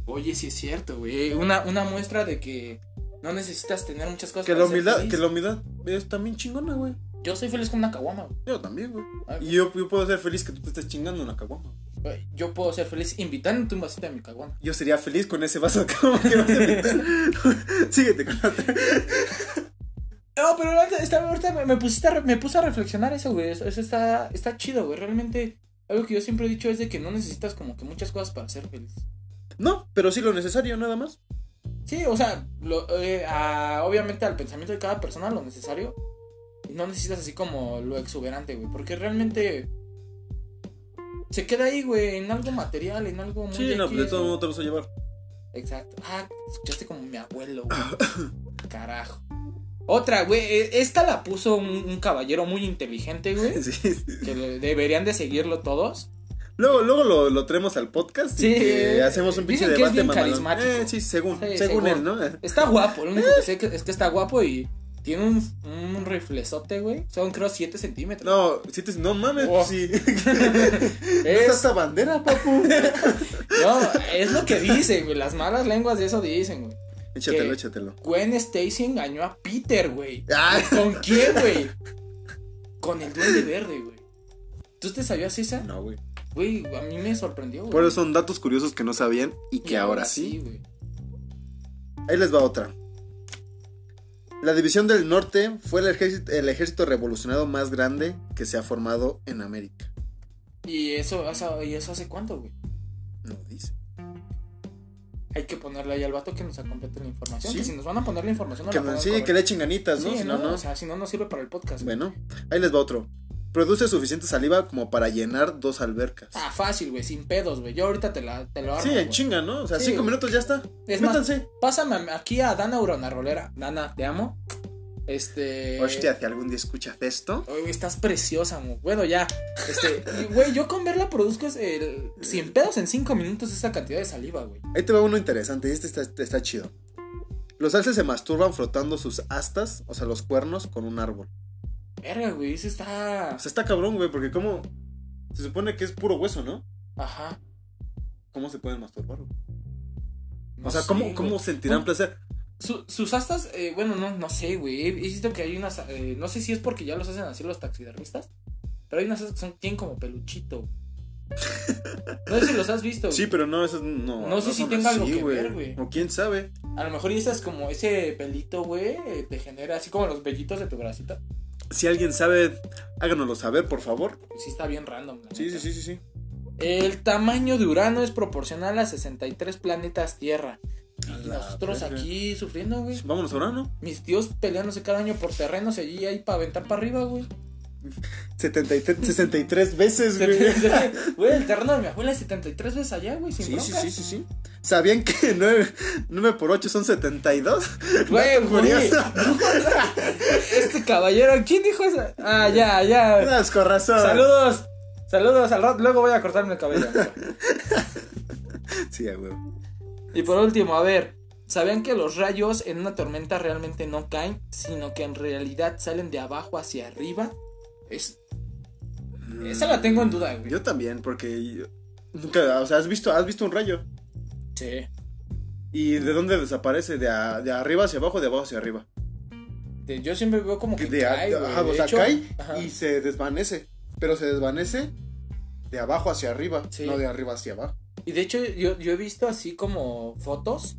[SPEAKER 2] Oye, sí es cierto, güey. Una, una muestra de que no necesitas tener muchas cosas.
[SPEAKER 1] Que la
[SPEAKER 2] para ser
[SPEAKER 1] humildad,
[SPEAKER 2] feliz.
[SPEAKER 1] que la humildad es también chingona, güey.
[SPEAKER 2] Yo soy feliz con una caguama, güey.
[SPEAKER 1] Yo también, güey.
[SPEAKER 2] Ay,
[SPEAKER 1] Y yo, yo puedo ser feliz que tú te estés chingando una caguama.
[SPEAKER 2] güey, Yo puedo ser feliz invitándote un vasito de mi caguama.
[SPEAKER 1] Yo sería feliz con ese vaso de caguama que vas a meter. Síguete con la otra.
[SPEAKER 2] No, pero ahorita, esta- ahorita me, me pusiste a re- me puse a reflexionar eso, güey. Eso, eso está, está chido, güey. Realmente, algo que yo siempre he dicho es de que no necesitas como que muchas cosas para ser feliz.
[SPEAKER 1] No, pero sí lo necesario, nada más.
[SPEAKER 2] Sí, o sea, lo- eh, a- obviamente al pensamiento de cada persona lo necesario. Y no necesitas así como lo exuberante, güey. Porque realmente se queda ahí, güey, en algo material, en algo muy.
[SPEAKER 1] Sí, no,
[SPEAKER 2] X,
[SPEAKER 1] de todo
[SPEAKER 2] güey.
[SPEAKER 1] modo te lo vas a llevar.
[SPEAKER 2] Exacto. Ah, escuchaste como mi abuelo, güey. Carajo. Otra, güey. eh, Esta la puso un, un caballero muy inteligente, güey.
[SPEAKER 1] Sí, sí.
[SPEAKER 2] Que le- deberían de seguirlo todos.
[SPEAKER 1] Luego, luego lo, lo traemos al podcast
[SPEAKER 2] Sí.
[SPEAKER 1] y que hacemos un pinche
[SPEAKER 2] Dicen que
[SPEAKER 1] debate
[SPEAKER 2] es bien
[SPEAKER 1] mamalón.
[SPEAKER 2] carismático.
[SPEAKER 1] Eh, sí, según,
[SPEAKER 2] Sí,
[SPEAKER 1] según,
[SPEAKER 2] según.
[SPEAKER 1] él, ¿no?
[SPEAKER 2] Está guapo, lo único que sé que- es que está guapo y tiene un, un riflezote, güey. Son creo 7 centímetros.
[SPEAKER 1] No, si te, no mames,
[SPEAKER 2] Oh.
[SPEAKER 1] sí.
[SPEAKER 2] Es-
[SPEAKER 1] Esa esta bandera, papu.
[SPEAKER 2] No, es lo que dicen, güey. Las malas lenguas de eso dicen, güey.
[SPEAKER 1] échatelo,
[SPEAKER 2] ¿Qué?
[SPEAKER 1] échatelo.
[SPEAKER 2] Gwen Stacy engañó a Peter, güey.
[SPEAKER 1] Ah,
[SPEAKER 2] ¿Con quién, güey? Con el duende verde, güey. ¿Tú te sabías esa?
[SPEAKER 1] no, güey.
[SPEAKER 2] Güey, a mí me sorprendió, güey.
[SPEAKER 1] Por eso son datos curiosos que no sabían y que
[SPEAKER 2] Y
[SPEAKER 1] ahora sí.
[SPEAKER 2] güey.
[SPEAKER 1] Ahí les va otra. La División del Norte fue el ejército, el ejército revolucionario más grande que se ha formado en América.
[SPEAKER 2] ¿Y eso, eso- ¿Y eso hace cuánto, güey?
[SPEAKER 1] No dice.
[SPEAKER 2] Hay que ponerle ahí al vato que nos complete la información.
[SPEAKER 1] Sí.
[SPEAKER 2] Que si nos van a poner la información, no
[SPEAKER 1] Que,
[SPEAKER 2] la pongan
[SPEAKER 1] sí,
[SPEAKER 2] correcta.
[SPEAKER 1] que le echen ganitas, ¿no?
[SPEAKER 2] Sí,
[SPEAKER 1] si no, no.
[SPEAKER 2] O sea, si no, no sirve para el podcast. güey.
[SPEAKER 1] Bueno, ahí les va otro. Produce suficiente saliva como para llenar dos albercas.
[SPEAKER 2] Ah, fácil, güey, sin pedos, güey. Yo ahorita te, la, te lo armo.
[SPEAKER 1] sí, en
[SPEAKER 2] güey.
[SPEAKER 1] chinga, ¿no? O sea,
[SPEAKER 2] Sí.
[SPEAKER 1] cinco minutos ya está.
[SPEAKER 2] Es más,
[SPEAKER 1] Métanse.
[SPEAKER 2] Pásame aquí a Dana Urona Rolera. Dana, te amo. Este.
[SPEAKER 1] Hostia, si algún día escuchas esto.
[SPEAKER 2] Oye, güey, estás preciosa, mu. Bueno, ya. Este, y, güey, yo con verla produzco es el 100 pedos en 5 minutos esa cantidad de saliva, güey.
[SPEAKER 1] Ahí te va uno interesante. Este está, este está chido. Los alces se masturban frotando sus astas, o sea, los cuernos, con un árbol.
[SPEAKER 2] Verga, güey, eso está.
[SPEAKER 1] O sea, está cabrón, güey, porque como. Se supone que es puro hueso, ¿no?
[SPEAKER 2] Ajá.
[SPEAKER 1] ¿Cómo se pueden masturbar? güey?
[SPEAKER 2] No
[SPEAKER 1] O sea,
[SPEAKER 2] sé,
[SPEAKER 1] ¿cómo,
[SPEAKER 2] güey.
[SPEAKER 1] cómo sentirán
[SPEAKER 2] Bueno.
[SPEAKER 1] placer?
[SPEAKER 2] Su- sus astas, eh, bueno, no, no sé, güey. He visto que hay unas. eh, no sé si es porque ya los hacen así los taxidermistas. Pero hay unas astas que son, tienen como peluchito. No sé si los has visto, güey.
[SPEAKER 1] Sí, pero no, eso no.
[SPEAKER 2] No sé si
[SPEAKER 1] son
[SPEAKER 2] tenga
[SPEAKER 1] así,
[SPEAKER 2] algo que ver, güey.
[SPEAKER 1] O quién sabe.
[SPEAKER 2] A lo mejor y esas como ese pelito, güey, eh, te genera así como los vellitos de tu bracita.
[SPEAKER 1] Si alguien sabe, háganoslo saber, por favor.
[SPEAKER 2] Pues sí está bien random. la
[SPEAKER 1] Sí,
[SPEAKER 2] neta.
[SPEAKER 1] sí, sí, sí, sí.
[SPEAKER 2] El tamaño de Urano es proporcional a 63 planetas Tierra.
[SPEAKER 1] A
[SPEAKER 2] Y
[SPEAKER 1] la
[SPEAKER 2] nosotros
[SPEAKER 1] verga.
[SPEAKER 2] aquí sufriendo, güey.
[SPEAKER 1] Vámonos ahora, ¿no?
[SPEAKER 2] Mis tíos peleándose cada año por terrenos y allí hay para aventar para arriba, güey.
[SPEAKER 1] 73, 63 veces, güey.
[SPEAKER 2] Güey, el terreno de mi abuela es 73 veces allá, güey, sin
[SPEAKER 1] Sí, sí,
[SPEAKER 2] broncas.
[SPEAKER 1] sí, sí, sí. ¿Sabían que 9, por 8 son 72?
[SPEAKER 2] Güey,
[SPEAKER 1] Dato
[SPEAKER 2] güey.
[SPEAKER 1] curioso.
[SPEAKER 2] Este caballero, ¿quién dijo eso? Ah, ya, ya.
[SPEAKER 1] No, es con razón.
[SPEAKER 2] Saludos. Saludos al rato. Luego voy a cortarme el cabello.
[SPEAKER 1] Sí, güey.
[SPEAKER 2] y por último, a ver. ¿Sabían que los rayos en una tormenta realmente no caen, sino que en realidad salen de abajo hacia arriba? Es, esa la tengo en duda, güey.
[SPEAKER 1] Yo también, porque yo- nunca, o sea, has visto, has visto un rayo.
[SPEAKER 2] Sí.
[SPEAKER 1] ¿Y de dónde desaparece? De, a- de arriba hacia abajo, de abajo hacia arriba.
[SPEAKER 2] De- yo siempre veo como que
[SPEAKER 1] De a-
[SPEAKER 2] cae,
[SPEAKER 1] de-
[SPEAKER 2] güey.
[SPEAKER 1] ajá,
[SPEAKER 2] De
[SPEAKER 1] o sea,
[SPEAKER 2] hecho,
[SPEAKER 1] cae
[SPEAKER 2] ajá.
[SPEAKER 1] y se desvanece. Pero se desvanece de abajo hacia arriba,
[SPEAKER 2] Sí.
[SPEAKER 1] no de arriba hacia abajo.
[SPEAKER 2] Y de hecho, yo, yo he visto así como fotos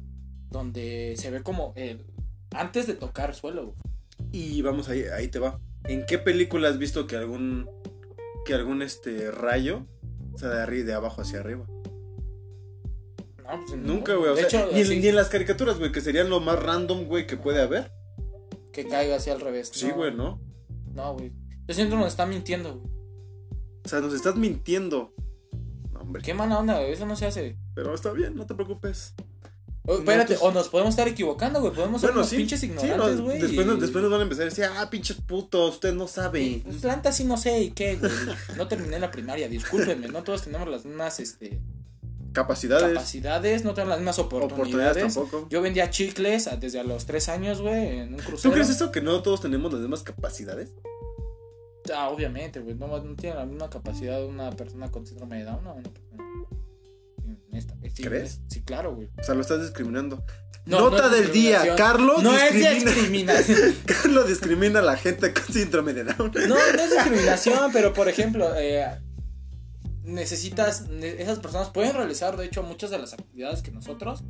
[SPEAKER 2] donde se ve como el- antes de tocar suelo. güey.
[SPEAKER 1] Y vamos, ahí, ahí te va. ¿En qué película has visto que algún, que algún este rayo, o sea, de, arri- de abajo hacia arriba?
[SPEAKER 2] No, pues, no.
[SPEAKER 1] Nunca, güey. o
[SPEAKER 2] De
[SPEAKER 1] sea,
[SPEAKER 2] hecho,
[SPEAKER 1] ni, en-
[SPEAKER 2] así,
[SPEAKER 1] ni en las caricaturas, güey, que serían lo más random, güey, que puede haber.
[SPEAKER 2] que caiga así al revés.
[SPEAKER 1] Sí,
[SPEAKER 2] No,
[SPEAKER 1] güey, ¿no?
[SPEAKER 2] No, güey. Yo siento que nos está mintiendo, güey.
[SPEAKER 1] O sea, nos estás mintiendo. No, hombre.
[SPEAKER 2] Qué mala onda, güey. Eso no se hace.
[SPEAKER 1] Pero está bien, no te preocupes.
[SPEAKER 2] O,
[SPEAKER 1] No,
[SPEAKER 2] espérate,
[SPEAKER 1] pues-
[SPEAKER 2] o nos podemos estar equivocando, güey. Podemos ser
[SPEAKER 1] Bueno,
[SPEAKER 2] unos
[SPEAKER 1] sí.
[SPEAKER 2] pinches
[SPEAKER 1] sí,
[SPEAKER 2] ignorantes,
[SPEAKER 1] no,
[SPEAKER 2] güey.
[SPEAKER 1] después, nos,
[SPEAKER 2] y-
[SPEAKER 1] después nos van a empezar a decir, ah, pinches putos, ustedes no
[SPEAKER 2] y,
[SPEAKER 1] saben.
[SPEAKER 2] pues, planta sí no sé y qué, güey. No terminé la primaria, discúlpenme. No todos tenemos las mismas este,
[SPEAKER 1] Capacidades,
[SPEAKER 2] capacidades, no tenemos las mismas
[SPEAKER 1] oportunidades
[SPEAKER 2] oportunidades.
[SPEAKER 1] tampoco.
[SPEAKER 2] Yo vendía chicles a- desde a los tres años, güey, en un
[SPEAKER 1] ¿Tú
[SPEAKER 2] crucero.
[SPEAKER 1] crees eso que no todos tenemos las mismas capacidades?
[SPEAKER 2] Ah, obviamente, güey. No, no tiene la misma capacidad de una persona con síndrome de Down o una persona. sin esta- sí,
[SPEAKER 1] ¿Crees?
[SPEAKER 2] Sí, claro, güey.
[SPEAKER 1] O sea, lo estás discriminando.
[SPEAKER 2] No,
[SPEAKER 1] Nota
[SPEAKER 2] no es
[SPEAKER 1] del día,
[SPEAKER 2] discriminación.
[SPEAKER 1] Carlos
[SPEAKER 2] No es
[SPEAKER 1] discrimina.
[SPEAKER 2] discriminación.
[SPEAKER 1] Carlos discrimina a la gente con síndrome de Down.
[SPEAKER 2] No, no es discriminación, pero por ejemplo, eh, necesitas. ne- Esas personas pueden realizar, de hecho, muchas de las actividades que nosotros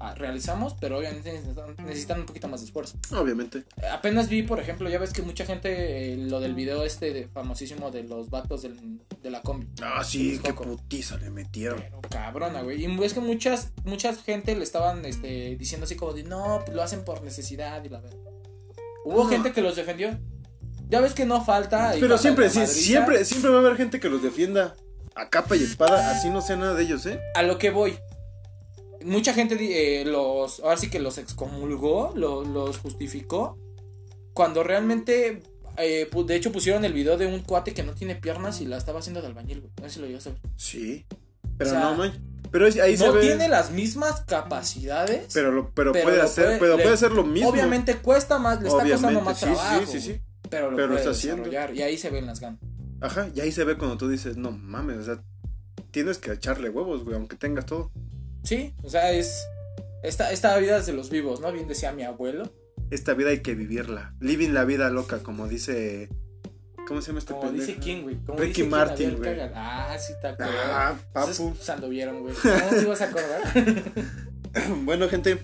[SPEAKER 2] ah, realizamos, pero obviamente necesitan- necesitan un poquito más de esfuerzo.
[SPEAKER 1] Obviamente.
[SPEAKER 2] Apenas vi, por ejemplo, ya ves que mucha gente eh, lo del video este de- famosísimo de los vatos del- de la combi.
[SPEAKER 1] Ah, sí, qué
[SPEAKER 2] Coco.
[SPEAKER 1] putiza le metieron.
[SPEAKER 2] Pero cabrona, güey. Y ves que muchas, mucha gente le estaban este, diciendo así como de no, pues lo hacen por necesidad y la verdad. Hubo
[SPEAKER 1] No.
[SPEAKER 2] gente que los defendió. Ya ves que no falta. ahí
[SPEAKER 1] Pero
[SPEAKER 2] cuando
[SPEAKER 1] siempre,
[SPEAKER 2] la
[SPEAKER 1] sí,
[SPEAKER 2] madriza-
[SPEAKER 1] siempre, siempre va a haber gente que los defienda a capa y espada, así no sea nada de ellos, ¿eh?
[SPEAKER 2] A lo que voy. Mucha gente di- eh, los. Ahora sí que los excomulgó, lo- los justificó. Cuando realmente. eh, pu- de hecho, pusieron el video de un cuate que no tiene piernas y la estaba haciendo de albañil, güey. No sé si lo llegas a ver.
[SPEAKER 1] Sí. Pero
[SPEAKER 2] O sea,
[SPEAKER 1] no, man. Pero es- ahí se
[SPEAKER 2] no
[SPEAKER 1] ve.
[SPEAKER 2] tiene las mismas capacidades.
[SPEAKER 1] Pero, lo, pero,
[SPEAKER 2] pero
[SPEAKER 1] puede
[SPEAKER 2] lo
[SPEAKER 1] hacer,
[SPEAKER 2] puede-
[SPEAKER 1] pero
[SPEAKER 2] le-
[SPEAKER 1] puede hacer lo mismo.
[SPEAKER 2] Obviamente cuesta más, le está costando más
[SPEAKER 1] sí,
[SPEAKER 2] trabajo.
[SPEAKER 1] sí, sí, sí.
[SPEAKER 2] güey, Pero lo
[SPEAKER 1] Pero lo
[SPEAKER 2] puede
[SPEAKER 1] está haciendo.
[SPEAKER 2] desarrollar, Y ahí se ven las ganas.
[SPEAKER 1] Ajá, y ahí se ve cuando tú dices, no mames, o sea, tienes que echarle huevos, güey, aunque tengas todo.
[SPEAKER 2] Sí, o sea, es. Esta, esta vida es de los vivos, ¿no? Bien decía mi abuelo.
[SPEAKER 1] Esta vida hay que vivirla. Living la vida loca, como dice. ¿Cómo se llama este
[SPEAKER 2] Como
[SPEAKER 1] pendejo?
[SPEAKER 2] dice quién, güey. Como
[SPEAKER 1] Ricky
[SPEAKER 2] dice quién,
[SPEAKER 1] Martin,
[SPEAKER 2] Abel
[SPEAKER 1] güey.
[SPEAKER 2] Cagan. Ah, sí, te acuerdas.
[SPEAKER 1] Ah, papu.
[SPEAKER 2] Entonces, anduvieron, güey. ¿Cómo te ibas a acordar?
[SPEAKER 1] Bueno, gente,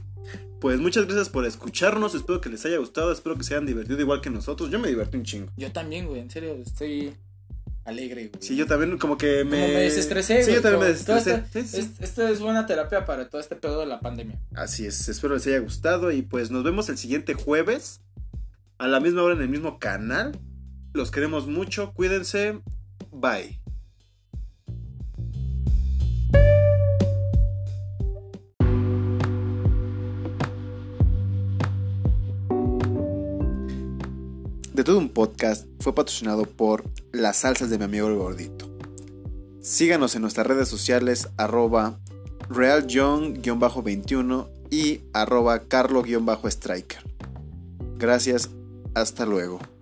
[SPEAKER 1] pues muchas gracias por escucharnos. Espero que les haya gustado, espero que se hayan divertido igual que nosotros. Yo me divertí un chingo.
[SPEAKER 2] Yo también, güey, en serio, estoy alegre, güey.
[SPEAKER 1] Sí, yo también como que me...
[SPEAKER 2] Como me desestresé,
[SPEAKER 1] Sí, yo
[SPEAKER 2] güey,
[SPEAKER 1] también me
[SPEAKER 2] como todo
[SPEAKER 1] desestresé. Sí, sí.
[SPEAKER 2] Es- Esto es buena terapia para todo este pedo de la pandemia.
[SPEAKER 1] Así es, espero les haya gustado y pues nos vemos el siguiente jueves a la misma hora en el mismo canal. Los queremos mucho, cuídense, bye. De todo un podcast fue patrocinado por las salsas de mi amigo el gordito. Síganos en nuestras redes sociales arroba realjohn-21 y arroba carlo-striker. Gracias, hasta luego.